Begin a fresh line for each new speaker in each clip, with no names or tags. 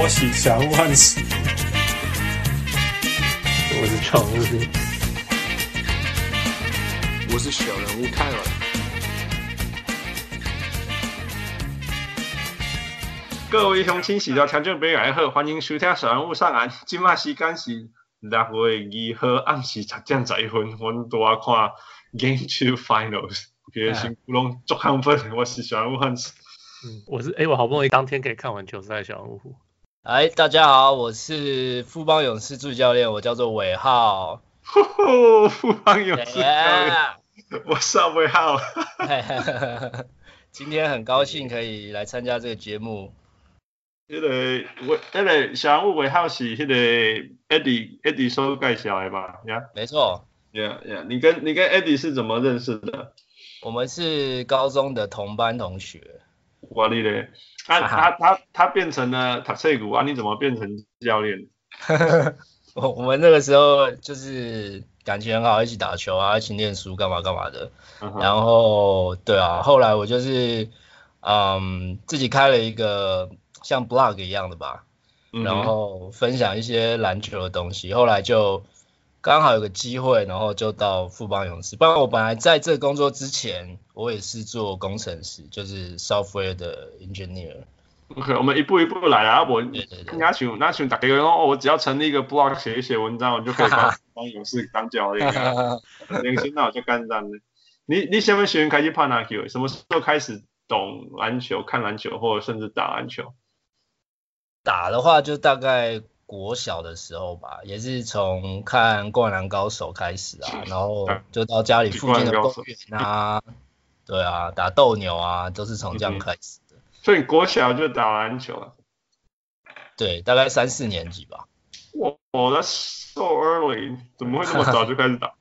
我喜祥万喜，
我是常务兵，
我是小人物泰尔。
各位乡亲，是到听众朋友，大家好，欢迎收听《小人物上岸》。今麦时间是六月二号暗时七点十一分，我们都要看 Game Two Finals，别辛苦拢足亢奋，我是小人物汉斯。
嗯，我是哎、我好不容易当天可以看完球赛，小人物。
哎，大家好，我是富邦勇士助教练，我叫做尾浩。哎
呼呼，富邦勇士教练，
Yeah！
我上尾号。
今天很高兴可以来参加这个节目。
迄、个我，迄、个小人物尾号是迄个 Eddie Eddie 所介绍的嘛？Yeah
没错，
Yeah Yeah，你跟你跟 Eddie 是怎么认识的？
我们是高中的同班 同学。
我你嘞，啊，他他他变成了塔塞古啊，你怎么变成教练？
我我们那个时候就是感情很好，一起打球啊，一起念书，干嘛干嘛的。
嗯哼
然后对啊，后来我就是嗯自己开了一个像 blog 一样的吧，
嗯哼
然后分享一些篮球的东西。后来就刚好有个机会，然后就到富邦勇士。不然我本来在这个工作之前，我也是做工程师，就是 software 的 engineer。
OK，我们一步一步来啊。我
对对对
那想那想，大家说哦，我只要成立一个 blog，写一写文章，我就可以帮帮勇士当教练啊。年轻那我就干这样的。你你什么时候开始判篮球？什么时候开始懂篮球、看篮球，或者甚至打篮球？
打的话，就大概国小的时候吧，也是从看《灌篮高手》开始啊，然后就到家里附近的公园啊，对啊，打斗牛啊，都是从这样开始的。
所以你国小就打篮球了。
对，大概三四年级吧。
哇、哦、，That's so early，怎么会那么早就开始打？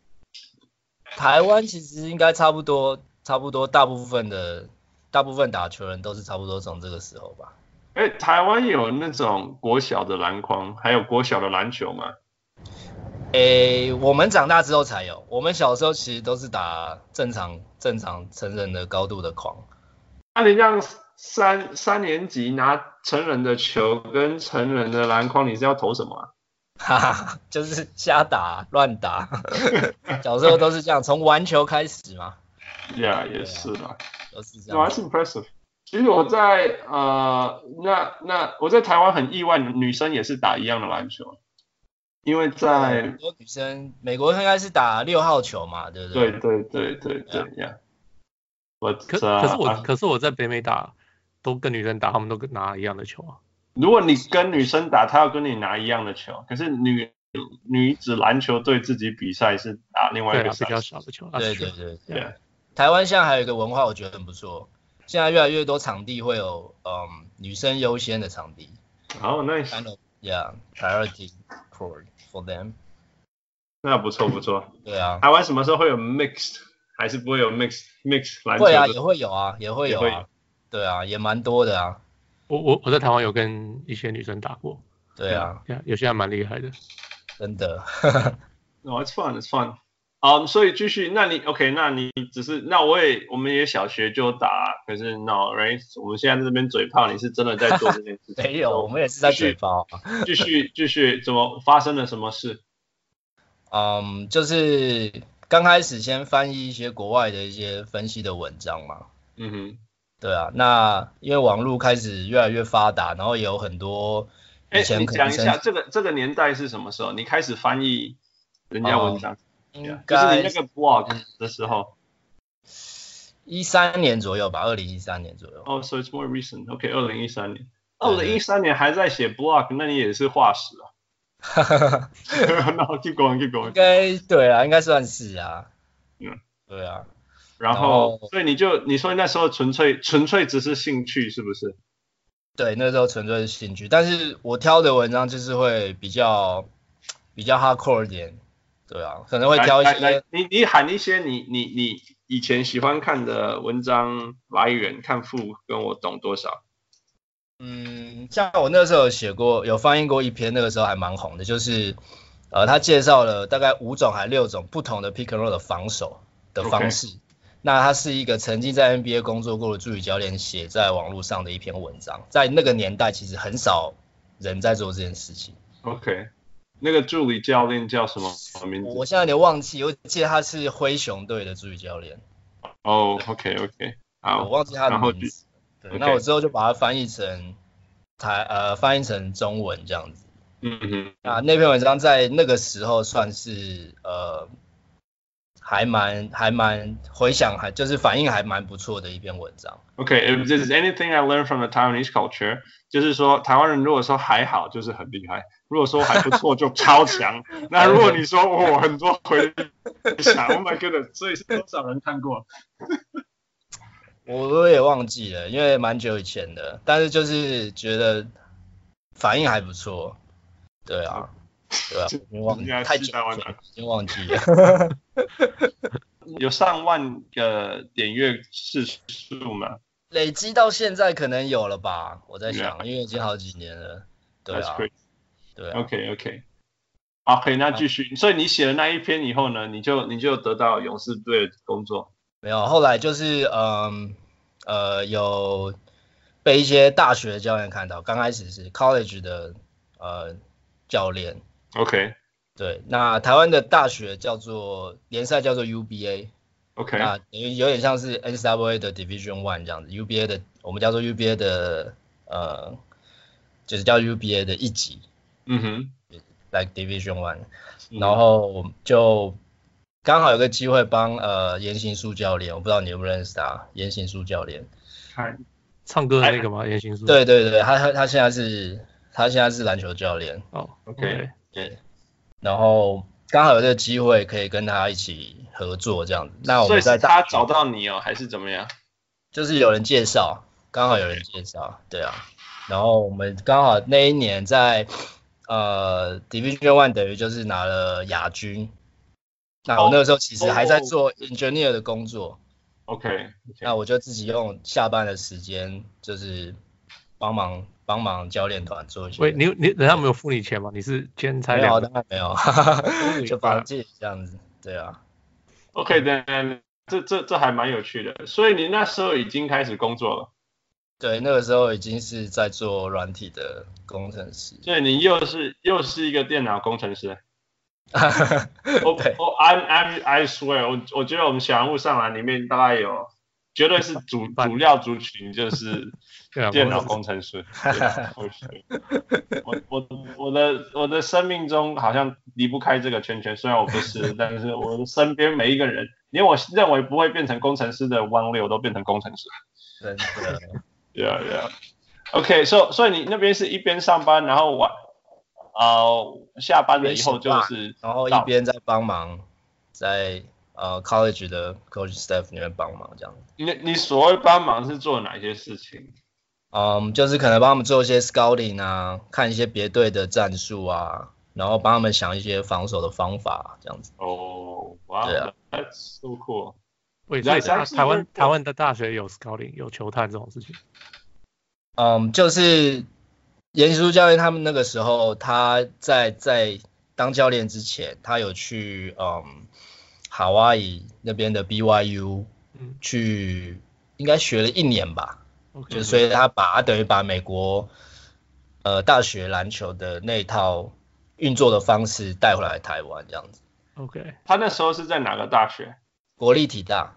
台湾其实应该差不多，差不多大部分的大部分打球人都是差不多从这个时候吧。
哎、台湾有那种国小的篮筐，还有国小的篮球吗？
诶、我们长大之后才有，我们小时候其实都是打正常正常成人的高度的框。
那、你让三三年级拿成人的球跟成人的篮筐，你是要投什么啊、
哈哈， 就是瞎打乱打， 小时候都是这样，从玩球开始嘛，
啊
Yeah，也是啦。
都是这
No,
样
that's。impressive. 其实我在呃，那那我在台湾很意外，女生也是打一样的篮球，因为在
很多女生，美国应该是打六号球嘛，对不
对
对？
对对对对，Yeah. But,
啊
呃
可可是
啊
我可是我在北美打，都跟女生打，他们都跟拿一样的球啊。
如果你跟女生打，她要跟你拿一样的球，可是女女子篮球队自己比赛是打另外
对
一
啊，
个
比
赛
较
事。
小的球。
对
that's
对
true
对对
Yeah.
台湾现在还有一个文化，我觉得很不错，现在越来越多场地会有嗯女生优先的场地
好，nice，哦
，kind of yeah priority for for them。
那不错不错。
对啊，
台湾什么时候会有 mixed？还是不会有 mixed mixed 篮球
会
的？
啊，也会有啊，也会
也
有
会有
啊，对啊，也蛮多的啊，
我我我在台湾有跟一些女生打过，
对啊，
对啊有些还蛮厉害的。
真的。
哦、i t s fun, it's fun. 嗯、所以继续，那你 OK？那你只是那我也我们也小学就打，可是 no right？我们现在在这边嘴炮，你是真的在做这件事情？
没有，我们也是在
继续
嘴炮啊。
继续继续，怎么发生了什么事？
嗯，就是刚开始先翻译一些国外的一些分析的文章嘛，
嗯哼，
对啊，那因为网络开始越来越发达，然后也有很多
哎
以，前
你
可
讲
能
一下这个这个年代是什么时候？你开始翻译人家文章，
哦啊
嗯
应
就是你
该嗯
那个 blog 的时候。
一三年左右吧，二零一三年左右，
哦、s o it's more recent. OK，二零一三年，二
对
零
对
一三年还在写 blog，那你也是化石 啊。no, keep going, keep
应
going.
该对啊，应该算是啊，
哦嗯，
对啊，
然
然
后，
后
所以你就你说那时候纯粹纯粹只是兴趣，是不是？
对，那时候纯粹是兴趣，但是我挑的文章就是会比较比较 hardcore 一点，对啊，可能会
来
挑一
来来
些，
你你喊一些你你你以前喜欢看的文章来源，看富跟我懂多少？
嗯，像我那时候有写过，有翻译过一篇，那个时候还蛮红的，就是呃，他介绍了大概五种还六种不同的 pick and roll 的防守的方式。那他是一个曾经在 NBA 工作过的助理教练写在网络上的一篇文章，在那个年代其实很少人在做这件事情。
OK，那个助理教练叫什么名字？
我现在有点忘记，我记得他是灰熊队的助理教练，
哦，OK，OK、o k OK，好，
我忘记他的
然后
名字。对，
OK
那我之后就把它翻译成台呃翻译成中文这样子。
嗯哼，
啊，那篇文章在那个时候算是呃，还蛮还蛮回想还就是反应还蛮不错的一篇文章。
Okay, if there's anything I learned from the Taiwanese culture，就是说台湾人如果说还好，就是很厉害；如果说还不错，就超 强。那如果你说哦，很多回 想，Oh my goodness，所以是多少人看过？
我我也忘记了，因为蛮久以前的，但是就是觉得反应还不错。对啊，对啊，已经忘
人家
太
是
久
台湾
了
人，
已经忘记了。
有上万个点阅次数嘛
累积到现在可能有了吧，我在想，因为已经好几年了。对
啊？That's
啊
great.
对啊，
OK OK。OK，那继续。所以你写了那一篇以后呢，你就你就得到勇士队的工作。
没有，后来就是嗯呃有被一些大学的教练看到，刚开始是 college 的呃教练，
OK
对，那台湾的大学叫做联赛叫做 UBA，
OK
那等于有点像是 NCAA 的 Division One 这样子，UBA 的我们叫做 UBA 的呃就是叫 UBA 的一级
嗯哼，
，like Division One，
嗯
然后就刚好有个机会帮呃严行书教练，我不知道你认不认识他，严行书教练。
看
唱歌的那个
哎
吗？言行
嗯
书
对对对，他他他现在是他现在是篮球教练，
哦
OK
然后刚好有这个机会可以跟他一起合作这样子。那我
所以
们
是
在
他
大
找到你哦，还是怎么样？
就是有人介绍，刚好有人介绍，对啊。然后我们刚好那一年在呃 Division One 等于就是拿了亚军。那
哦
我那个时候其实还在做 engineer 的工作，
OK，
那我就自己用下班的时间就是帮忙帮忙教练团做一些。
喂，你你人家没有付你钱吗？你是兼差
没有，
两
当然没有，啊哈哈
于
就
吧
帮自己这样子，对啊，
OK，等等，这这这还蛮有趣的。所以你那时候已经开始工作了，
对，那个时候已经是在做软体的工程师，
所以你又是又是一个电脑工程 师。我
对，
我 I'm I'm I swear，我我觉得我们小人物上来里面大概有，绝对是 主
半
主料族群就是
对啊，
电脑工程师。对我我我的我的生命中好像离不开这个圈圈，虽然我不 是，但是我的身边每一个人，连我认为不会变成工程师的汪六都变成工程师。
真的，
Yeah, yeah. OK, so 所以你那边是一边上班，然后晚，呃，下班了以后就是
然后一边在帮忙，在呃 college 的 coach staff 里面帮忙这样子，
你你所谓帮忙是做哪些事情？
嗯，就是可能帮他们做一些 scouting 啊，看一些别队的战术啊，然后帮他们想一些防守的方法啊这样子，
哦，哇
对啊
，That's so cool.
喂，
人
所
家
以台
是
台湾
日
台湾的大学有 scouting 有球探这种事情，
嗯，就是严叔教练他们那个时候，他在在当教练之前，他有去嗯，夏威夷那边的 BYU
嗯
去，应该学了一年吧，
，OK，
就所以他把他等于把美国呃大学篮球的那一套运作的方式带回来台湾这样子，
OK，
他那时候是在哪个大学？
国立体大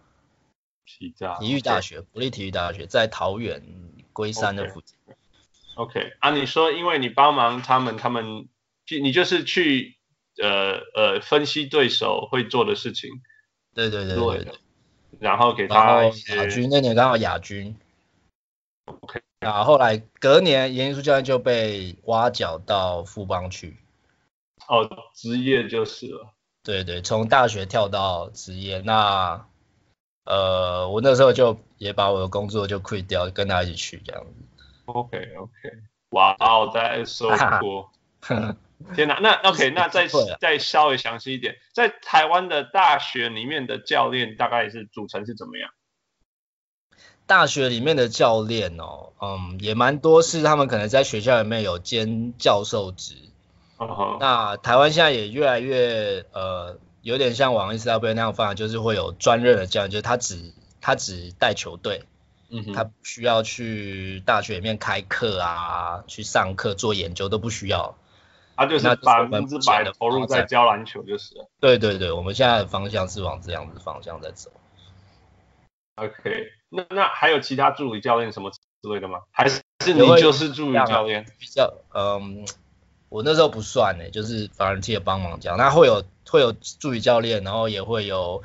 体大
体育大。学，国立体育大学在桃园龟山的
OK
附近，
OK，啊，你说因为你帮忙他们，他们就你就是去呃呃分析对手会做的事情，
对对对对对。
然后给
然
他
后
一
亚
些
军那年刚好亚军。
OK
啊，后来隔年严书教练就被挖角到富邦去，
哦职业就是了。
对对，从大学跳到职业。那呃，我那时候就也把我的工作就 quit 掉，跟他一起去这样
OK OK，哇哦，That is so cool。
子。
天哪，那 OK，那再
对啊
再稍微详细一点，在台湾的大学里面的教练大概是组成是怎么样？
大学里面的教练哦，嗯，也蛮多是他们可能在学校里面有兼教授职，
嗯哼，
那台湾现在也越来越呃，有点像网络 CBA 那样的方法，就是会有专任的教练，就是他只他只带球队，
嗯
他
哼，
不需要去大学里面开课啊，去上课做研究都不需要。
他啊就
那
是
就是
百
我
分
们
之
之
百
前
的
的
投入
发
在
展
教篮球就是了。
对对对，我们现在的方向是往这样子的方向在走。
OK，那那还有其他助理教练什么之类的吗？还是是你
也会
就是助理教练？
比较，嗯，我那时候不算呢、就是法人替的帮忙讲，那会有会有助理教练，然后也会有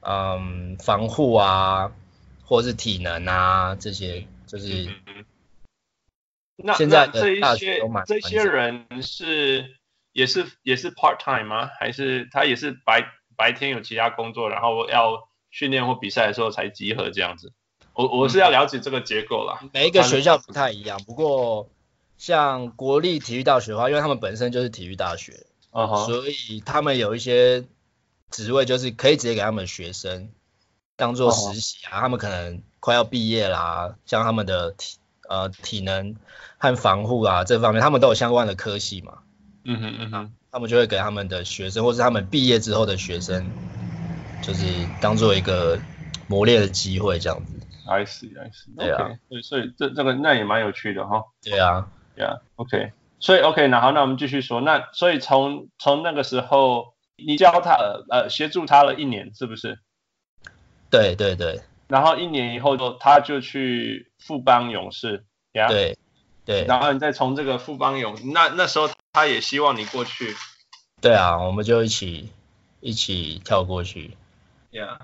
嗯防护啊，或是体能啊这些，就是
嗯哼那
现在
那
的
这一
大学
些
都蛮
这些人是也是也是 part time 吗？还是他也是白白天有其他工作，然后要训练或比赛的时候才集合这样子？我我
嗯
是要了解这个结构啦。
每一个学校不太一样。不过像国立体育大学的话，因为他们本身就是体育大学，
嗯哼，
所以他们有一些职位就是可以直接给他们学生当做实习啊，他们可能快要毕业啦，像他们的体呃体能和防护啊这方面，他们都有相关的科系嘛，
嗯哼嗯哼，
他们就会给他们的学生或是他们毕业之后的学生，就是当做一个磨练的机会这样子。
I see I see，
对啊
OK，对，所以这这个那也蛮有趣的哈。
对啊，
Yeah，OK，、所以 OK，那好，那我们继续说。那所以从从那个时候，你教他了呃协助他了一年，是不是？
对对对
然后一年以后，他就去富邦勇士，Yeah，
对对
然后你再从这个富邦勇，那那时候他也希望你过去
对啊，我们就一起一起跳过去。
，Yeah，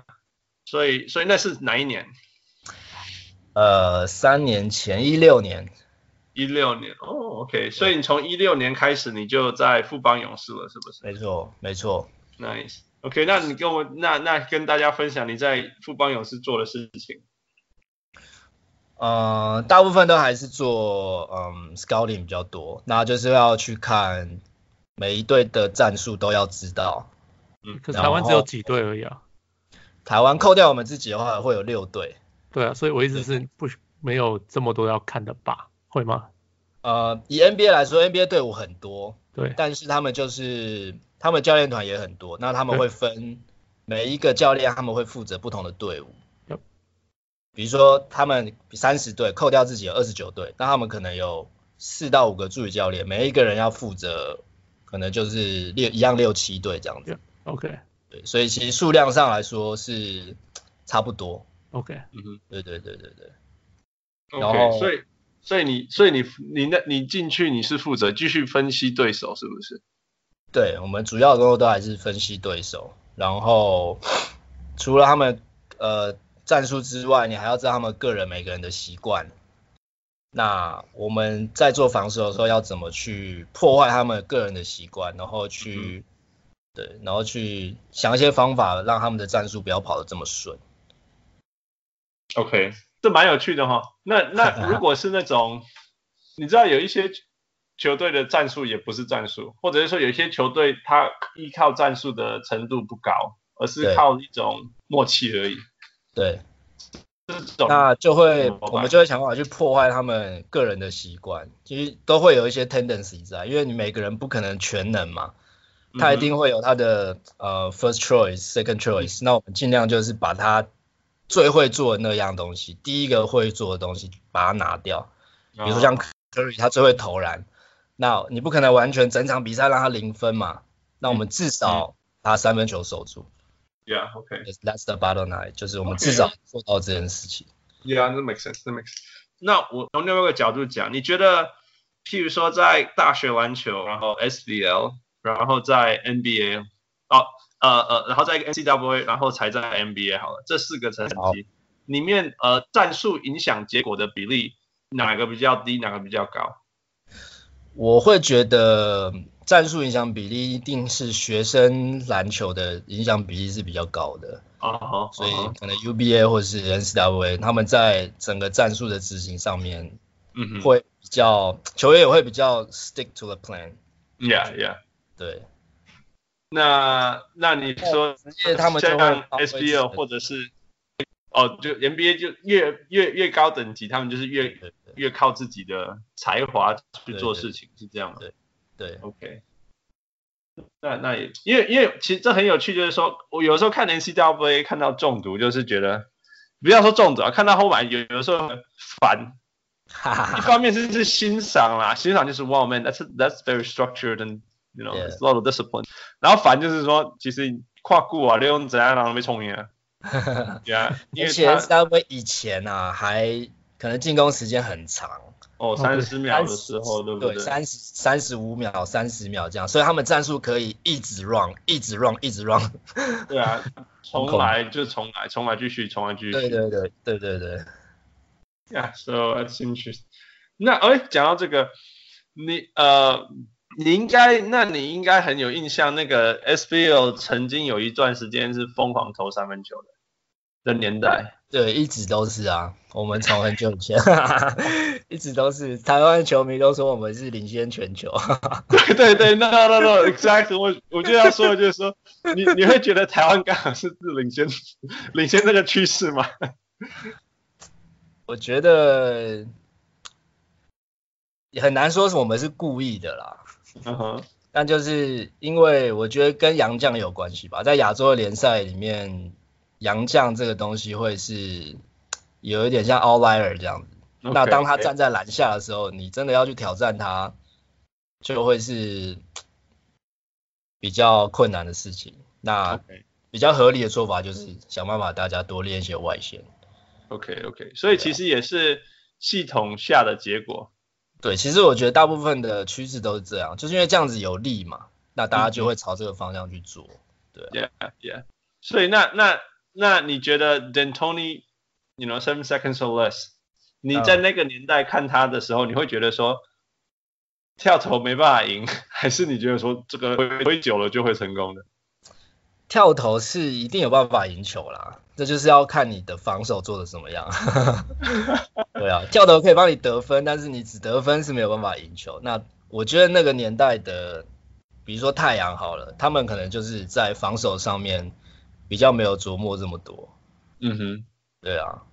所以所以那是哪一年？
呃，三年前一六年，
一六年哦，OK，所以你从一六年开始你就在富邦勇士了，是不是
没错没错。
？Nice。OK，那你跟我那那跟大家分享你在富邦勇士做的事情。
呃，大部分都还是做嗯 scouting 比较多，那就是要去看每一队的战术都要知道。
可是
然
台湾只有
后
几队而已啊。
台湾扣掉我们自己的话，会有六队。
对啊，所以我意思是不没有这么多要看的吧？会吗？
呃，以 NBA 来说，NBA 队伍很多，
对，
但是他们就是他们教练团也很多，那他们会分每一个教练，他们会负责不同的队伍
Yep。
比如说他们三十队，扣掉自己有二十九队，那他们可能有四到五个助理教练，每一个人要负责，可能就是六一样六七队这样子。
OK
对，所以其实数量上来说是差不多。
OK，
嗯哼。
对对对对对，然
OK，
后
所以所以你所以你你那你进去你是负责继续分析对手是不是？
对我们主要的工作都还是分析对手，然后除了他们呃战术之外，你还要知道他们个人每个人的习惯。那我们在做防守的时候，要怎么去破坏他们个人的习惯，然后去、对，然后去想一些方法，让他们的战术不要跑得这么顺。
OK，这蛮有趣的哈。那 那如果是那种，你知道有一些球队的战术也不是战术，或者是说有一些球队它依靠战术的程度不高，而是
对
靠一种默契而已。
对，
这种
那就会
怎么办
我们就会想办法去破坏他们个人的习惯，其实都会有一些 tendency 在，因为你每个人不可能全能嘛，
嗯
他一定会有他的呃 first choice、second choice，那我们尽量就是把他最会做的那样东西，第一个会做的东西把它拿掉，
比
比如说像
啊
Curry 他最会投篮，那你不可能完全整场比赛让他零分嘛，那我们至
嗯
少把三分球守住、
Yeah，OK。
t h a t s the bottom line，就是我们
OK
至少做到这件事情。
Yeah, that makes sense. That makes. sense. 那我从另外一个角度讲，你觉得，譬如说在大学篮球，然后 SBL，然后在 NBA，哦，呃呃，然后在 NCAA，然后才在 NBA 好了，这四个层
好
级里面，呃，战术影响结果的比例哪个比较低，哪个比较高？
我会觉得战术影响比例一定是学生篮球的影响比例是比较高的，
哦吼，
所以
哦吼
可能 UBA 或是 NCAA 他们在整个战术的执行上面
嗯哼
会比较，球员也会比较 stick to the plan。
，Yeah Yeah。
对，
那那你说
职业哦他们就会
像
发挥自己
SBL
的
或者是哦，就 NBA 就越越越高等级，他们就是越
对对
越靠自己的才华去做事情，是这样吗
对对，
？OK。那那也因为因为其实这很有趣，就是说我有时候看 NCAA 看到中毒，就是觉得不要说中毒啊，看到后面有有的时候很烦，
哈哈
一
哈。
方面是是欣赏啦，欣赏就是 wow man that's that's very structured and you know
Yeah.
it's a lot of discipline。然后烦就是说，其实跨顾啊，利用怎样让他们冲赢 啊，对啊， 因
而
为
且
他
Subway 以前啊，还可能进攻时间很长，
哦三十秒的时候，对
30
不
对三十三十五秒、三十秒这样，所以他们战术可以一直 run、一直 run、一直 run。
对啊，重
恐
来就重来，重来继续，重来继续。
对对对对对对，
Yeah, so that's interesting. 那哎，讲到这个，你呃，你应该，那你应该很有印象，那个 SBL 曾经有一段时间是疯狂投三分球的的年代。
对，一直都是啊，我们从很久以前，一直都是台湾球迷都说我们是领先全球，
对对对，no no no no，exactly 我。我就要说的就是说，你 你会觉得台湾刚好是领先领先这个趋势吗？
我觉得也很难说是我们是故意的啦。
嗯哼，
但就是因为我觉得跟洋将有关系吧，在亚洲的联赛里面，洋将这个东西会是有一点像 outlier 这样子。那当他
OK，OK
站在篮下的时候，你真的要去挑战他，就会是比较困难的事情。那
OK
比较合理的说法就是想办法大家多练一些外线。
OK OK，所以其实也是系统下的结果。
对，其实我觉得大部分的趋势都是这样，就是因为这样子有利嘛，那大家就会朝这个方向去做。
Yeah, yeah. 所以那那那你觉得 D'Antoni, you know, seven seconds or less，你在那个年代看他的时候，你会觉得说跳投没办法赢， 还是你觉得说这个挥挥久了就会成功的？
跳投是一定有办法赢球啦，这就是要看你的防守做的怎么样。 对啊，跳投可以帮你得分，但是你只得分是没有办法赢球。那我觉得那个年代的，比如说太阳好了，他们可能就是在防守上面比较没有琢磨这么多。
嗯哼。
对啊，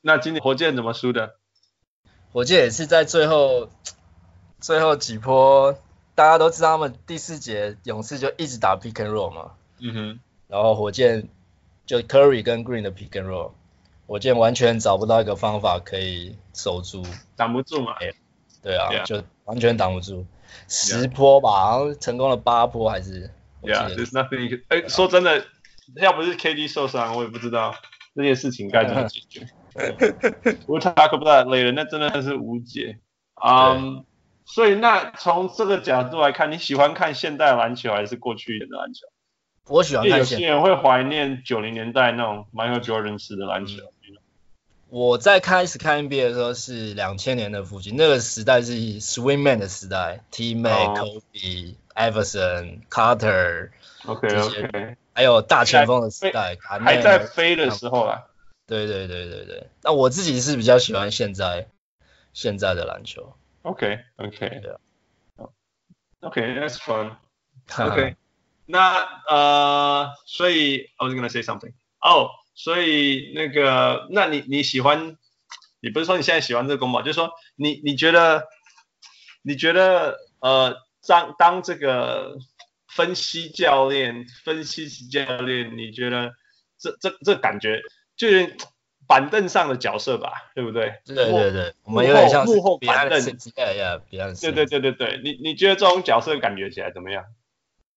那今年火箭怎么输的？
火箭也是在最后最后几波，大家都知道他们第四节勇士就一直打 pick and roll 嘛，
嗯哼。
然后火箭就 Curry 跟 Green 的 pick and roll，火箭完全找不到一个方法可以守住，
挡不住嘛。
对啊
Yeah.
就完全挡不住，十波吧，好像成功了八波还是我记
Yeah,
得啊
there's nothing. you can- 哎、说真的，要不是 KD 受伤，我也不知道这件事情该怎么解决。We'll talk about that later. 那真的是无解。嗯、所以那从这个角度来看，你喜欢看现代篮球还是过去一点的篮球？
我喜欢
因为有
呃看
些
现，
人会怀念九零年代那种 Michael Jordan 式的篮球。
我在开始看 NBA 的时候是两千年的附近，那个时代是 Swingman 的时代，T Mac、
哦
Kobe、Iverson、Carter，
OK
这些
OK，
还有大前锋的时代，卡
还
内
在飞的时候啊啦。
对对对对对，那我自己是比较喜欢现在现在的篮球。
OK OK
Yeah.
OK，that's fun. OK，那呃，所以 I was gonna say something。哦，所以那个，那你你喜欢，你不是说你现在喜欢这个宫保，就是说你你觉得，你觉得呃，当当这个分析教练，分析级教练，你觉得这这这感觉就是板凳上的角色吧，对不对？
对对对，我们
幕
有点
后
像是
幕后
b e h
板
i n d
凳
the scenes，yeah, yeah, behind the
对对
scenes
对对对，你你觉得这种角色感觉起来怎么样？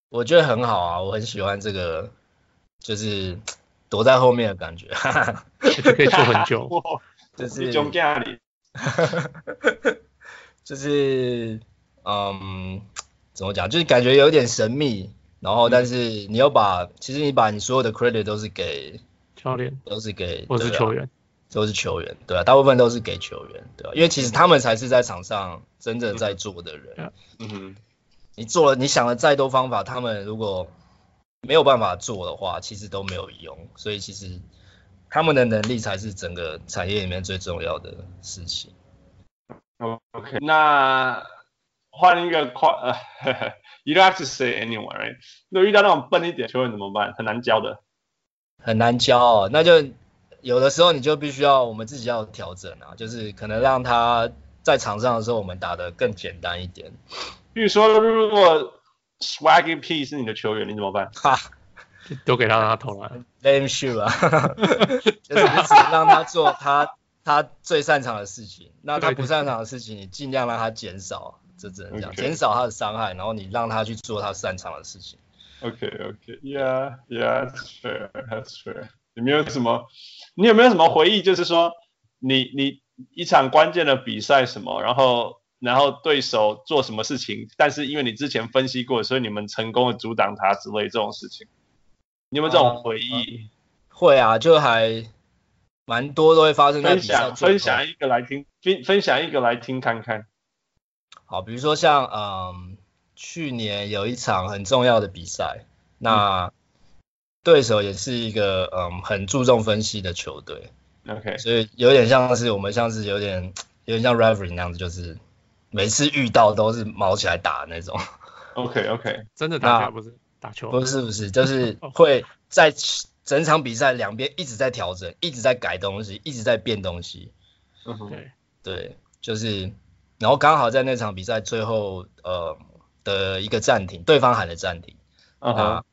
我觉得很好啊，我很喜欢这个，就是躲在后面的感觉，
这就可以做很久。
哇
就是
你中间里，
就是嗯，怎么讲，就是感觉有点神秘，然
嗯
后但是你又把，其实你把你所有的 credit 都是给
教练
都是给
或者是
对啊
球员，
都是球员，对啊，大部分都是给球员，对啊，因为其实他们才是在场上真正在做的人。
嗯
嗯哼。
你做了，你想了再多方法，他们如果没有办法做的话，其实都没有用。所以其实他们的能力才是整个产业里面最重要的事情。
OK，那换一个快，呃 ，You don't have to say anyone, right？如果遇到那种笨一点球员怎么办？很难教的。
很难教哦，那就有的时候你就必须要我们自己要调整啊，就是可能让他在场上的时候，我们打得更简单一点。
比如说，如果 Swaggy P 是你的球员，你怎么办？
哈，
就丢给他让他投篮。
，let him shoot 啊， 就是你只能让他做他他最擅长的事情，那他不擅长的事情，你尽量让他减少，这只能这样，
OK
减少他的伤害，然后你让他去做他擅长的事情。
OK OK Yeah Yeah That's fair That's fair 你没有什么，你有没有什么回忆？就是说你你一场关键的比赛什么，然后然后对手做什么事情，但是因为你之前分析过，所以你们成功的阻挡他之类这种事情，你有没有这种回忆？
会啊，就还蛮多都会发生在
分
比赛
享
最后
分享一个来听，分分享一个来听看看。
好，比如说像嗯，去年有一场很重要的比赛，
嗯
那对手也是一个嗯很注重分析的球队，
OK
所以有点像是我们像是有点有点像 rivalry 那样子，就是每次遇到都是毛起来打那种。
OK OK
真的打
那
架不是打球，
不是不是，就是会在整场比赛两边一直在调整，一直在改东西，一直在变东西。
嗯哼。
对，
对，就是，然后刚好在那场比赛最后呃的一个暂停，对方喊的暂停，
嗯哼
啊，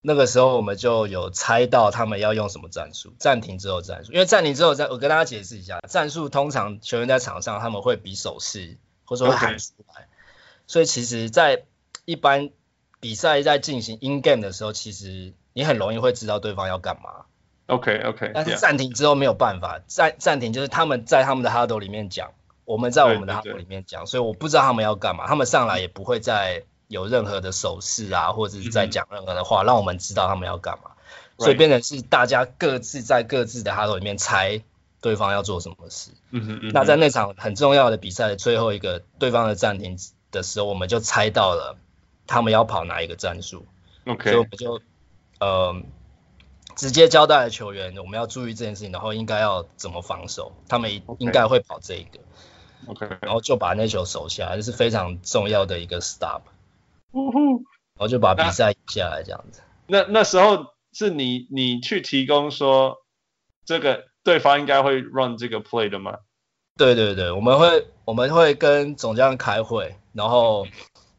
那个时候我们就有猜到他们要用什么战术，暂停之后战术，因为暂停之后战，我跟大家解释一下，战术通常球员在场上他们会比手势，或者说会
OK
喊出来所以其实，在一般比赛在进行 in game 的时候，其实你很容易会知道对方要干嘛，
OK OK
但是
Yeah
暂停之后没有办法，暂暂停就是他们在他们的 huddle 里面讲，我们在我们的
对对
huddle
对
里面讲，所以我不知道他们要干嘛，他们上来也不会再有任何的手势
嗯
啊，或者是在讲任何的话，让我们知道他们要干嘛，所以
Right
变成是大家各自在各自的 huddle 里面猜对方要做什么事。
嗯哼。嗯哼
那在那场很重要的比赛的最后一个对方的暂停的时候，我们就猜到了他们要跑哪一个战术。所以我
OK
们就呃直接交代了球员，我们要注意这件事情，然后应该要怎么防守，他们一
OK
应该会跑这一个，
OK，
然后就把那球守下来，这是非常重要的一个 stop，
呜呼。
然后就把比赛赢下来这样子。
那那时候是你你去提供说这个对方应该会 run 这个 play 的吗？
对对对，我们会我们会跟总教练开会，然后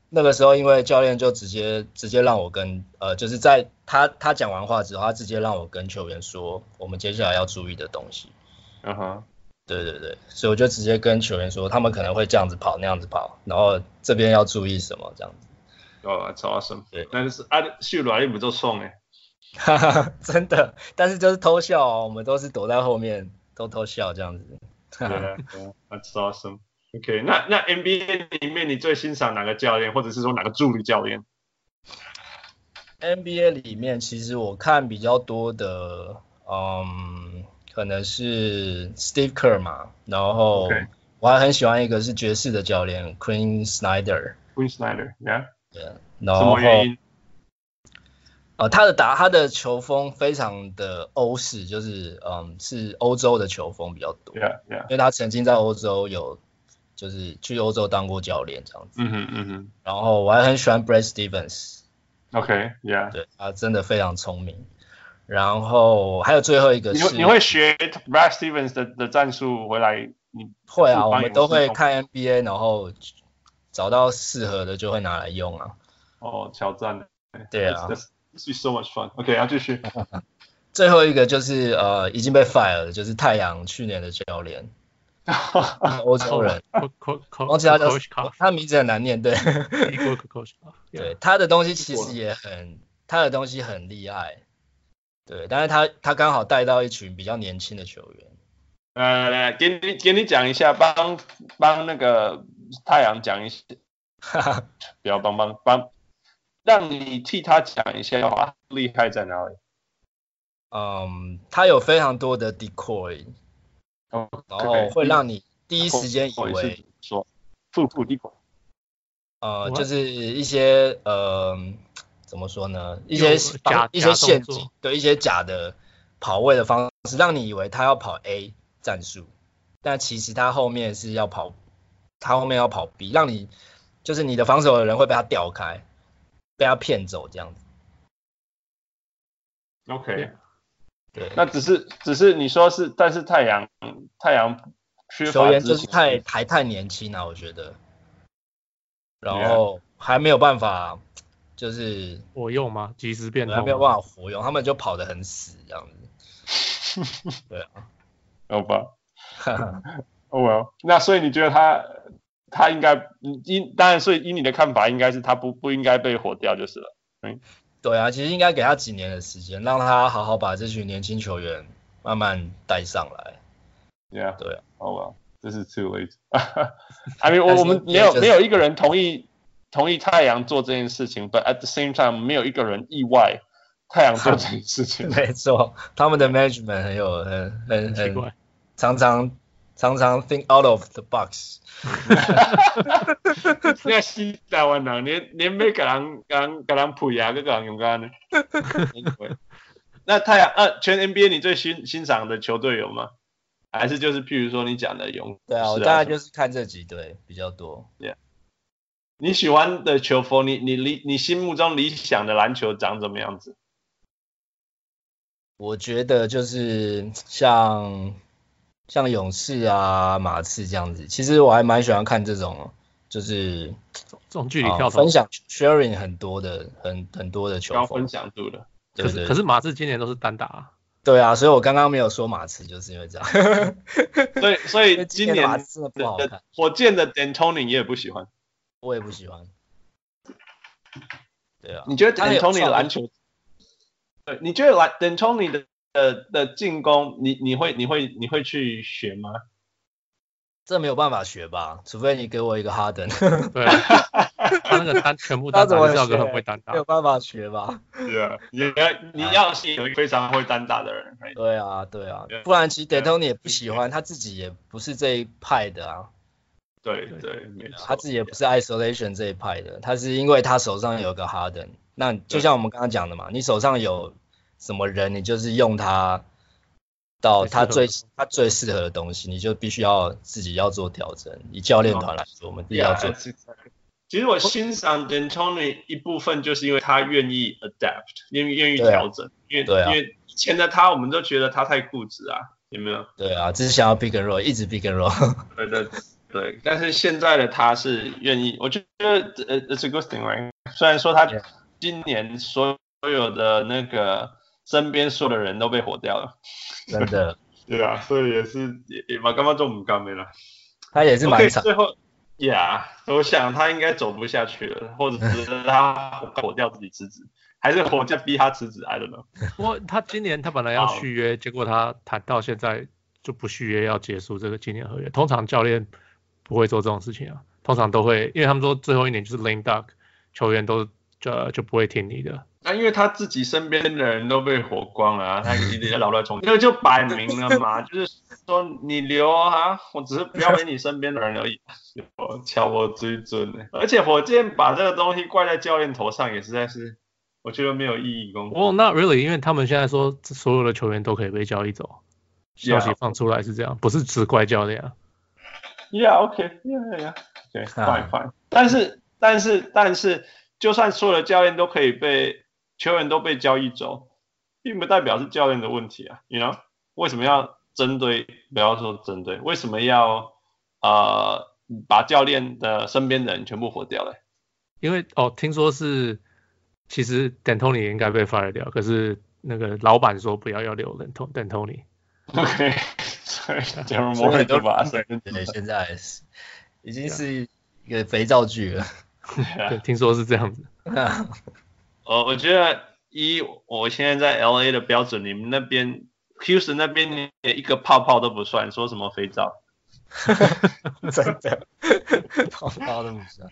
那个时候因为教练就直接直接让我跟呃就是在他他讲完话之后，他直接让我跟球员说我们接下来要注意的东西。
嗯哼，
对对对，所以我就直接跟球员说，他们可能会这样子跑，那样子跑，然后这边要注意什么这样子。
哦，That's awesome
对。
但是啊，秀来不就送哎。
哈哈， 真的，但是就是偷笑哦，我们都是躲在后面偷偷笑这样子。
对 啊对啊，That's awesome。OK，那那 NBA 里面你最欣赏哪个教练，或者是说哪个助理教练？
NBA 里面其实我看比较多的，嗯，可能是 Steve Kerr 嘛，然后
OK
我还很喜欢一个是爵士的教练 Queen Snyder，
Queen Snyder，Yeah，
对，然
什
后
么原因？
呃，他的打他的球风非常的欧式，就是嗯是欧洲的球风比较多，因
Yeah，Yeah，
为他曾经在欧洲有就是去欧洲当过教练这样子。
嗯哼嗯哼
然后我还很喜欢 Brad Stevens，
，OK，Yeah。
对他真的非常聪明。然后还有最后一个
你
是
会你会学 Brad Stevens 的的战术回来？你
会啊，
帮
我
你
们都
自
会
动
看 NBA，然后找到适合的就会拿来用啊。
哦，挑战。
对啊
That's- that's- This is so much fun. OK，要继续。
最后一个就是呃已经被 fire 了，就是太阳去年的教练， 欧洲人，
Co Co Co
忘记 他叫
Coach Cough，
他名字很难念，对。
英国 Coach Cough，
对，他的东西其
过
实也很，他的东西很厉害，对，但是他他刚好带到一群比较年轻的球员，
来来呃来，给你给你讲一下，帮帮那个太阳讲一下，
哈哈，
不要帮帮帮，让你替他讲一下哇，厉害在哪里
嗯，他有非常多的 decoy，
？OK，
然后哦会让你第一时间以
我也是
为，
说腹部低管。
呃，
我
就是一些呃，怎么说呢，一
有
些
假
一
假
些
动
陷
作
阱，对，一些假的跑位的方式，让你以为他要跑 A 战术，但其实他后面是要跑，他后面要跑 B，让你就是你的防守的人会被他调开，被他骗走这样子。
OK，
对，
那只是只是你说是，但是太阳太阳缺
球
乏
员
执
就是
行
太啊
力
还太年轻了、我觉得，然后还没有办法，就是
我用吗？即时变
没有
通
没有办法活用，他们就跑得很死这样子。 对
好吧
啊，
，Oh well。那所以你觉得他他应该因当然，所以以你的看法，应该是他不不应该被火掉就是了。
对啊，其实应该给他几年的时间，让他好好把这群年轻球员慢慢带上来。
Yeah，
对啊
，Oh well，this is too late 。I mean，我
但是
我们
也
没有
就是
没有一个人同意同意太阳做这件事情，but at the same time，没有一个人意外太阳做这件事 情。
没错，他们的 management 很有很很
奇
很
怪，
常常常常 think out of the box。
你看西台湾人，连连要给人给人给人培养，给人勇敢呢。Anyway，那太阳啊，全 NBA 你最欣欣赏的球队有吗？还是就是譬如说你讲的勇士
对啊，我大概
什么
就是看这几队比较多。
你喜欢的球风，你你理你心目中理想的篮球长怎么样子？
我觉得就是像像勇士啊、马刺这样子，其实我还蛮喜欢看这种，就是
这种距离
啊
跳投
分。享 sharing 很多的很很多的球
高
风
分。享度的，
对
可
对
是可是马刺今年都是单打啊，
对啊，所以我刚刚没有说马刺，就是因为这样。
所以所
因为
以
今
今
年
年
马刺真的不好
的
看
的，火箭的 D'Antoni 你也不喜欢，
我也不喜欢。对啊，
你觉得
他也有
D'Antoni
上
的篮球？对，你觉得篮 D'Antoni 的的的进攻，你你会你会你会去学吗？
这没有办法学吧？除非你给我一个 哈登，没
对啊，他那个单全部单打就是要有个很会单打，
有办法学吧？
对啊，你要你
哎
要是有一个非常会单打的人，right？哎
对啊，对啊
Yeah，
不然其实 d e
yeah，
t o n 也不喜欢，他自己也不是这一派的啊，
对对，没错，
他自己也不是 isolation 这一派的，他是因为他手上有个哈登。那就像我们刚刚讲的嘛，你手上有什么人，你就是用他到他最
最适
他最适合的东西，你就必须要自己要做调整。以教练团来说，我们自己要
Yeah,
做
that's exactly- 其实我欣赏 D'Antoni 一部分就是因为他愿意 adapt，愿意愿意
对啊
调整，因为
对啊
因为以前的他我们都觉得他太固执啊，有没有？
对啊，只是想要 big and roll，一直 big and roll。
对对对，但是现在的他是愿意，我觉得呃，it's a good thing right。虽然说他
Yeah.
今年所有的那个身边所有的人都被火掉了，
真 的，
对啊，所以也是也也嘛，干嘛做唔干没了。
他也是
OK，
蛮惨。
最后，Yeah，我想他应该走不下去了，或者是 他火掉自己辞职，还是火箭逼他辞职，I don't know。
不过他今年他本来要续约，结果他谈到现在就不续约，要结束这个今年合约。通常教练不会做这种事情啊，通常都会，因为他们说最后一年就是 lame duck，球员都就就不会听你的。
那因为他自己身边的人都被火光了、啊，他一定要老来重，那 就摆明了嘛，就是说你留啊，我只是不要给你身边的人而已。 有瞧我追尊呢，欸而且火箭把这个东西怪在教练头上，也实在是我觉得没有意义。公
哦、oh,，Not really，因为他们现在说所有的球员都可以被交易走，消
Yeah
息放出来是这样，不是只怪教练啊。
Yeah, OK, yeah, yeah, yeah. OK,
啊
fine, fine. 但是，但是，但是，就算所有的教练都可以被球员都被交易走，并不代表是教练的问题啊。You know，为什么要针对？不要说针对，为什么要呃把教练的身边的人全部火掉嘞？
因为哦，听说是其实 D'Antoni 应该被 fire 掉，可是那个老板说不要要留 D'Anto- D'Antoni。
OK，所以 Jeremy
所以
Moore
很多
就把他
人
身边
对，欸现在是已
啊
经是一个肥皂剧 了。
对，听说是这样子。
呃，我觉得一我现在在 L A 的标准，你们那边 Houston 那边连一个泡泡都不算，说什么肥皂？
真 的，泡泡都不算。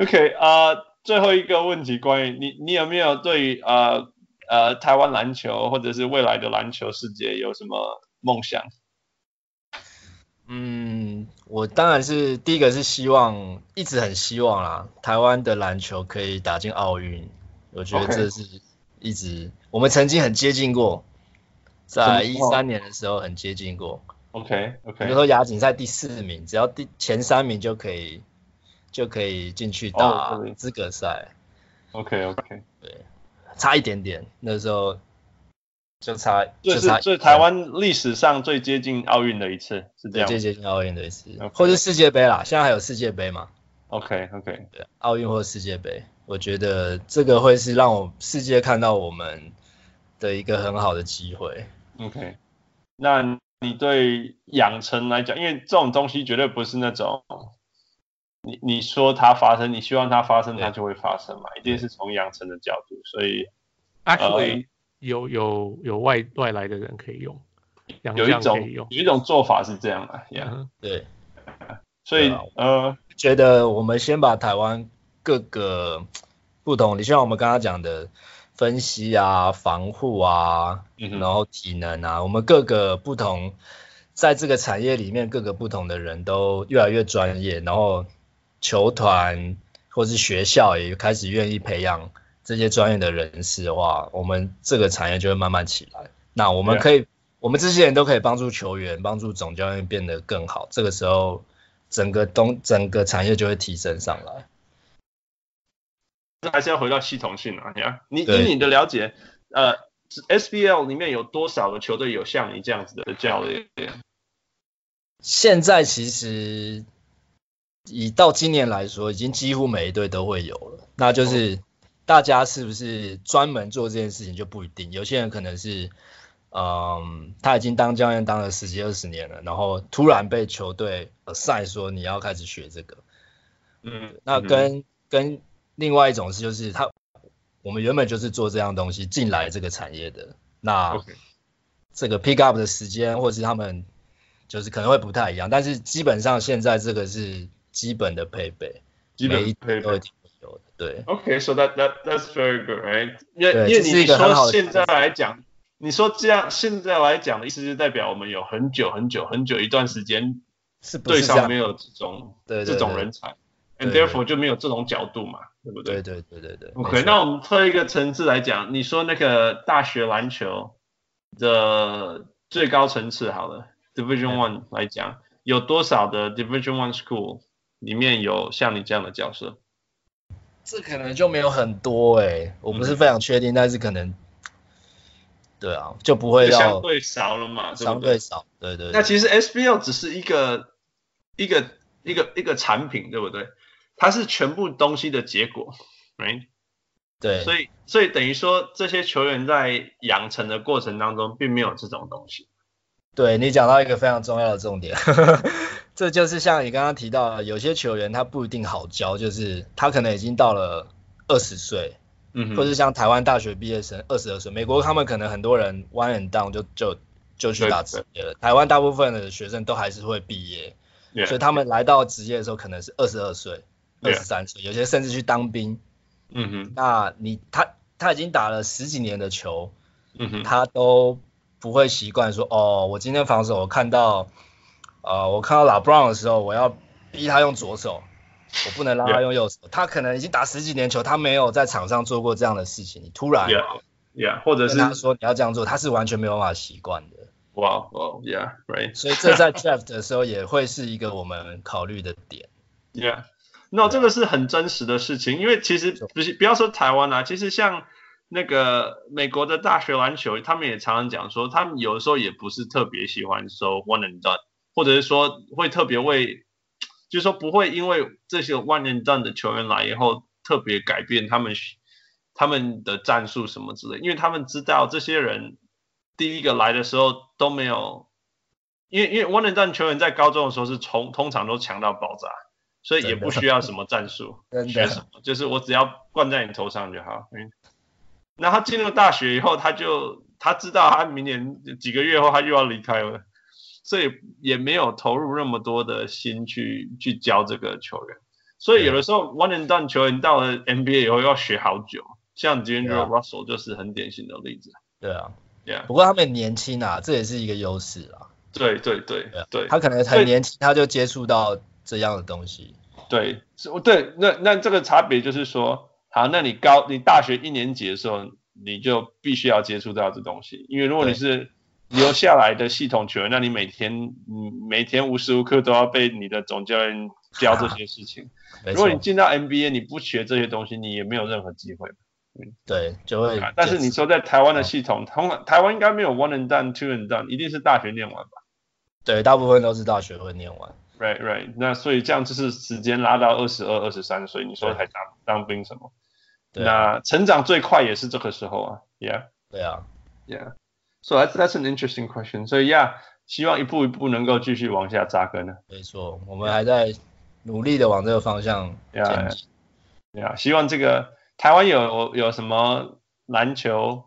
OK，呃，最后一个问题，关于你，你有没有对于呃呃台湾篮球或者是未来的篮球世界有什么梦想？
嗯，我当然是第一个是希望，一直很希望啦，台湾的篮球可以打进奥运。我觉得
OK
这是一直我们曾经很接近过，在
什
一
么时候
三年的时候很接近过。
OK
比
OK，
如说亚锦赛第四名，只要第前三名就可以就可以进去打
哦对
资格赛，
OK OK，
差一点点，那时候就差
这
就是差
这是台湾历史上最接近奥运的一次，是这
对
样
最接近奥运的一次，
OK
或是世界杯啦，现在还有世界杯嘛？
？OK OK，
对，奥运或世界杯，我觉得这个会是让我世界看到我们的一个很好的机会。
OK，那你对养成来讲，因为这种东西绝对不是那种你你说它发生，你希望它发生，它就会发生嘛，一定是从养成的角度。所以
，actually、呃、有有有外外来的人可以用，洋
有一
将
种
可以用
有一种做法是这样的，yeah.
嗯
对，
所以
对啊
呃，
觉得我们先把台湾各个不同，你像我们刚刚讲的分析啊、防护啊，
嗯哼
然后体能啊，我们各个不同在这个产业里面各个不同的人都越来越专业，然后球团或是学校也开始愿意培养这些专业的人士的话，我们这个产业就会慢慢起来。那我们
对啊
可以，我们这些人都可以帮助球员、帮助总教练变得更好。这个时候，整个东整个产业就会提升上来。
还是要回到系统性啊。你看，你
对
以你的了解，呃，SBL 里面有多少个球队有像你这样子的教练？
现在其实以到今年来说，已经几乎每一队都会有了。那就是大家是不是专门做这件事情就不一定，有些人可能是。嗯，他已经当教练当了十几二十年了，然后突然被球队 assign 说你要开始学这个，
嗯，
那跟、跟另外一种是，就是他我们原本就是做这样东西进来这个产业的，那
OK
这个 pick up 的时间或是他们就是可能会不太一样，但是基本上现在这个是基本的配备，
基本
每一队
配备
都一定会有的，对
Okay, so that that that's very good, right? 因为
对
因为
这
你
是一
你
个很好
说
的
现在来讲，你说这样现在来讲的意思，就代表我们有很久很久很久一段时间
是不
队
是这
上
样
没？有这种
对对
这
对
种人才，and
对对
therefore 就没有这种角度嘛，对不
对对对对对。
OK，
没错
那我们退一个层次来讲，你说那个大学篮球的最高层次好了，Division One 来讲，有多少的 Division One school 里面有像你这样的教授？
这可能就没有很多哎、我
嗯
不是非常确定，但是可能对啊，就不会
就相
要
对少了嘛，对
相
不对
对？少，对对对。
那其实 SBL 只是一个一个一个一个产品，对不对？它是全部东西的结果，right？
对，
所以所以等于说，这些球员在养成的过程当中，并没有这种东西。
对你讲到一个非常重要的重点， 这就是像你刚刚提到的，有些球员他不一定好教，就是他可能已经到了二十岁，
嗯
或是像台湾大学毕业生二十二岁，美国他们可能很多人 one and down 就就就去打职业了，台湾大部分的学生都还是会毕业，
Yeah
所以他们来到职业的时候可能是二十二岁、二
Yeah
十三岁，有些甚至去当兵。
嗯哼，
那你他他已经打了十几年的球，
嗯哼，
他都不会习惯说，哦，我今天防守我看到，呃，我看到拉布朗的时候，我要逼他用左手，我不能让他
Yeah.
用右手。他可能已经打十几年球，他没有在场上做过这样的事情，你突然
Yeah, yeah，或者
跟
是
他说你要这样做，他是完全没有办法习惯的。
哇哦，yeah right
所以 这在 draft 的时候也会是一个我们考虑的点。
yeah，那、no, 这个是很真实的事情，因为其实不是不要说台湾啊，其实像那个美国的大学篮球，他们也常常讲说，他们有的时候也不是特别喜欢说 one and done，或者是说会特别为，就是说不会因为这些 one and done 的球员来以后特别改变他们他们的战术什么之类，因为他们知道这些人第一个来的时候都没有，因为因为 one and done 球员在高中的时候是从通常都强到爆炸，所以也
真的
不需要什么战术。
真
学什
的，
么，就是我只要灌在你头上就好。嗯，那他进入大学以后，他就他知道他明年几个月后他又要离开了，所以也没有投入那么多的心去去教这个球员。所以有的时候 one and done 球员到了 NBA 以后要学好久，像 d a n g e
Yeah.
l Russell 就是很典型的例子。
对啊。
Yeah，
不过他们年轻啊，这也是一个优势啊。
对对对
对啊
对
他可能
所以
很年轻，他就接触到这样的东西。
对，是对，那那这个差别就是说，好，那你高你大学一年级的时候，你就必须要接触到这东西，因为如果你
对
是留下来的系统球员，那你每天嗯每天无时无刻都要被你的总教练教这些事情。
没
如
错
果，你进到 NBA，你不学这些东西，你也没有任何机会。
对，嗯就会
对啊吧。但是你说在台湾的系统，通常台湾应该没有 one and done、two and done，一定是大学念完吧
对，大部分都是大学会念完。
？Right, right。那所以这样就是时间拉到二十二、二十三岁，你说
对
才当当兵什么？
对啊，
那成长最快也是这个时候啊，Yeah。
对啊，
Yeah. So that's that's an interesting question. So yeah，希望一步一步能够继续往下扎根啊呢。
没错，我们还在努力的往这个方向前
Yeah,
进。
yeah. 啊希望这个台湾有有有什么篮球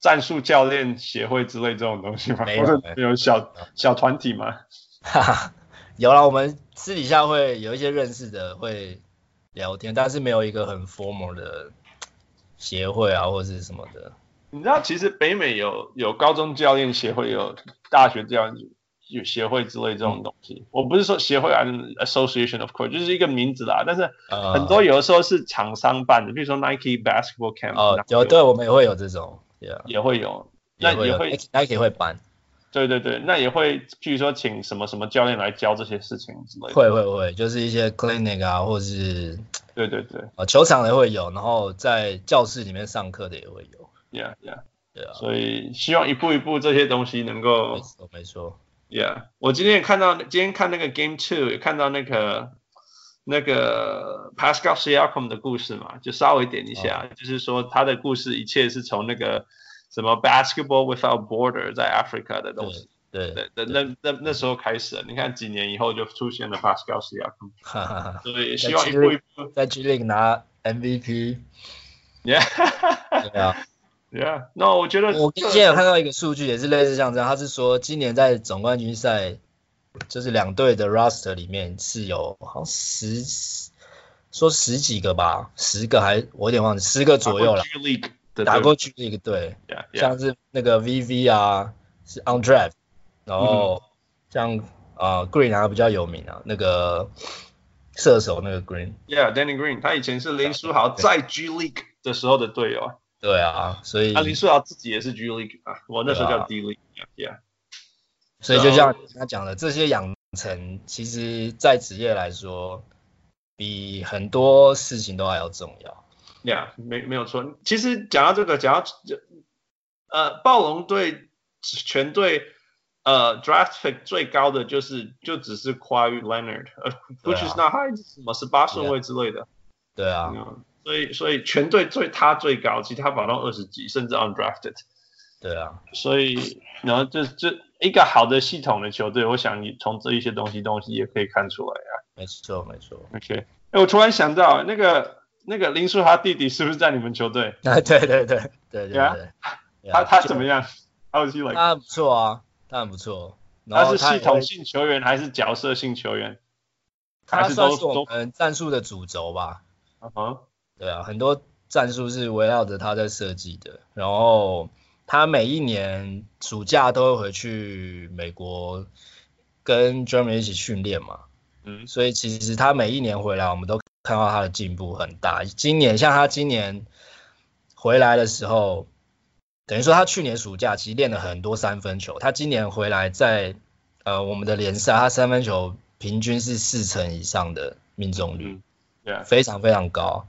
战术教练协会之类这种东西吗？
没有嗯
或者
没
有小小团体吗？
哈哈，有了，我们私底下会有一些认识的会聊天，但是没有一个很 formal 的协会啊，或者是什么的。
你知道，其实北美有有高中教练协会，有大学教练有协会之类这种东西。
嗯
我不是说协会啊，association of course，就是一个名字啦。但是
呃，
很多有的时候是厂商办的，比如说 Nike Basketball Camp，
哦，有对，我们也会有这种，yeah，
也会有，那
会
也
有
会
Nike 会办，
对对对，那也会，譬如说请什么什么教练来教这些事情之类的。
会会会，就是一些 clinic 啊，或是
对对对
呃球场的会有，然后在教室里面上课的也会有，
，yeah yeah，
对啊，
所以希望一步一步这些东西能够
没错没错，
Yeah，我今天也看到，今天看那个 Game Two，也看到那个那个 Pascal Siakam 的故事嘛，就稍微点一
哦
下，就是说他的故事一切是从那个什么 Basketball Without Border 在 Africa 的东西，
对，
对，那那那那时候开始的，你看几年以后就出现了 Pascal Siakam，
哈哈哈，
所以希望一步一步
在 G League 拿 MVP，
，Yeah，Yeah，
对啊，
那我觉得
我之前有看到一个数据，也是类似像这样，他是说今年在总冠军赛，就是两队的 roster 里面是有好像十，说十几个吧，十个还我有点忘记，十个左右了，
G League 的
打过去的一个队，
，Yeah，Yeah，
像是那个 VV 啊，是 on draft，然后像啊、呃 Green 啊比较有名啊，那个射手那个 Green，
Yeah，Danny Green，他以前是林书豪在 G League 的时候的队友啊。
对啊，所以
啊，林书豪自己也是 G League 啊，我那时候叫 D League，Yeah，
所以就像他讲的，这些养成其实在职业来说，比很多事情都还要重要。
Yeah，没没有错。其实讲到这个，讲到呃，暴龙队全队呃 draft pick 最高的就是就只是 q u a Leonard，呃
对啊
，which is not high，什么十八顺位之类的，
对啊，
嗯所以所以全队最他最高，其他跑到二十几，甚至 undrafted。
对啊，
所以，然后这这一个好的系统的球队，我想你从这一些东西东西也可以看出来啊。
没错 没错。
OK，哎、我突然想到，那个那个林书豪弟弟是不是在你们球队？
啊，对对对对对
对啊
对。对
他
啊
他怎么样？How is he like？
他很不错啊，他很不错。然
他
后
是系
也
统
会
性球员还是角色性球员？还
他
是
算
都
是我
都？
们战术的主轴吧。
嗯哼，
对啊，很多战术是围绕着他在设计的。然后他每一年暑假都会回去美国跟 Jeremy 一起训练嘛，
嗯
所以其实他每一年回来，我们都看到他的进步很大。今年像他今年回来的时候，等于说他去年暑假其实练了很多三分球，他今年回来在呃我们的联赛，他三分球平均是四成以上的命中率，
嗯，Yeah
非常非常高。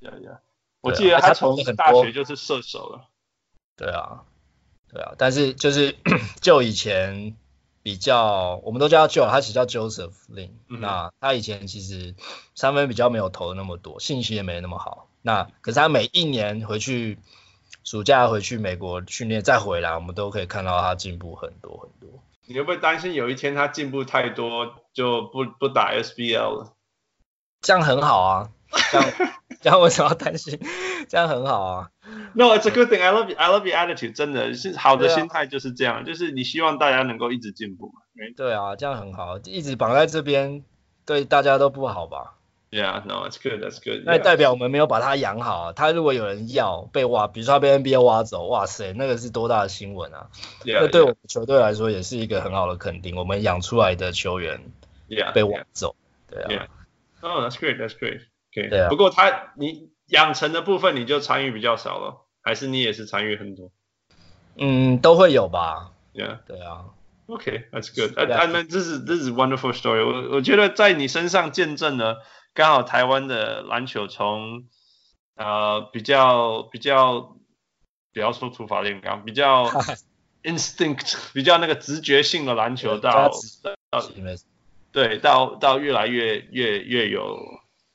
Yeah Yeah，我记得
啊他
他从
投得很
大
多
学就是射手了。
对啊，对啊，但是就是 就以前比较，我们都叫他 Joe，他其实叫 Joseph Lin、
嗯哼
那他以前其实三分比较没有投的那么多，信息也没那么好。那可是他每一年回去暑假回去美国训练再回来，我们都可以看到他进步很多很多。
你会不会担心有一天他进步太多就不不打 SBL 了？
这样很好啊，这 样这样为什么要担心？这样很好啊，
No, it's a good thing. I love you. I love your attitude. 真的是好的
对啊
心态就是这样，就是你希望大家能够一直进步嘛。Right?
对啊，这样很好，一直绑在这边对大家都不好吧？
Yeah, no, it's good. That's good.
那
yeah.
代表我们没有把它养好、啊。他如果有人要被挖，比如说他被 NBA 挖走，哇塞，那个是多大的新闻啊！
Yeah,
那对我们球队来说也是一个很好的肯定。我们养出来的球员
yeah,
被
yeah,
挖走，对啊，
Oh, that's great. That's great. OK，、
对啊
不过他你养成的部分你就参与比较少了，还是你也是参与很多
嗯，都会有吧？
？Yeah.
对啊，
OK, that's good. 啊
Yeah.
啊，那这是这是 wonderful story. 我我觉得在你身上见证了刚好台湾的篮球从呃比较比较不要说土法炼钢，比 较 instinct 比较那个直觉性的篮球
对
到
比较直
到
因为
对，到到越来越越越有，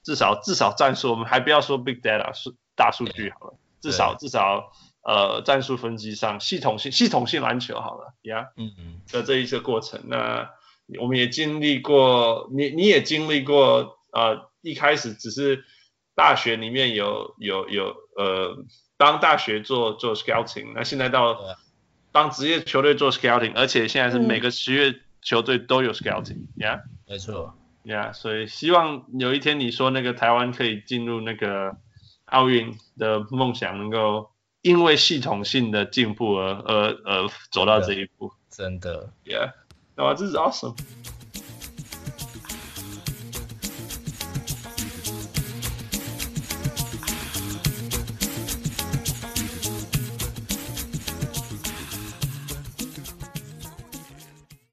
至少至少战术，我们还不要说 big data，是大数据好了，至少至少呃战术分析上系统性系统性篮球好了呀
嗯嗯，
的这一些过程。那我们也经历过，你你也经历过呃一开始只是大学里面有有有呃当大学做做 scouting，那现在到
对啊
当职业球队做 scouting，而且现在是
嗯
每个职业球队都有 scouting 呀、
没错，
Yeah，所以希望有一天你说那个台湾可以进入那个奥运的梦想，能够因为系统性的进步而而而走到这一步。
真的。
Yeah，no，this is awesome。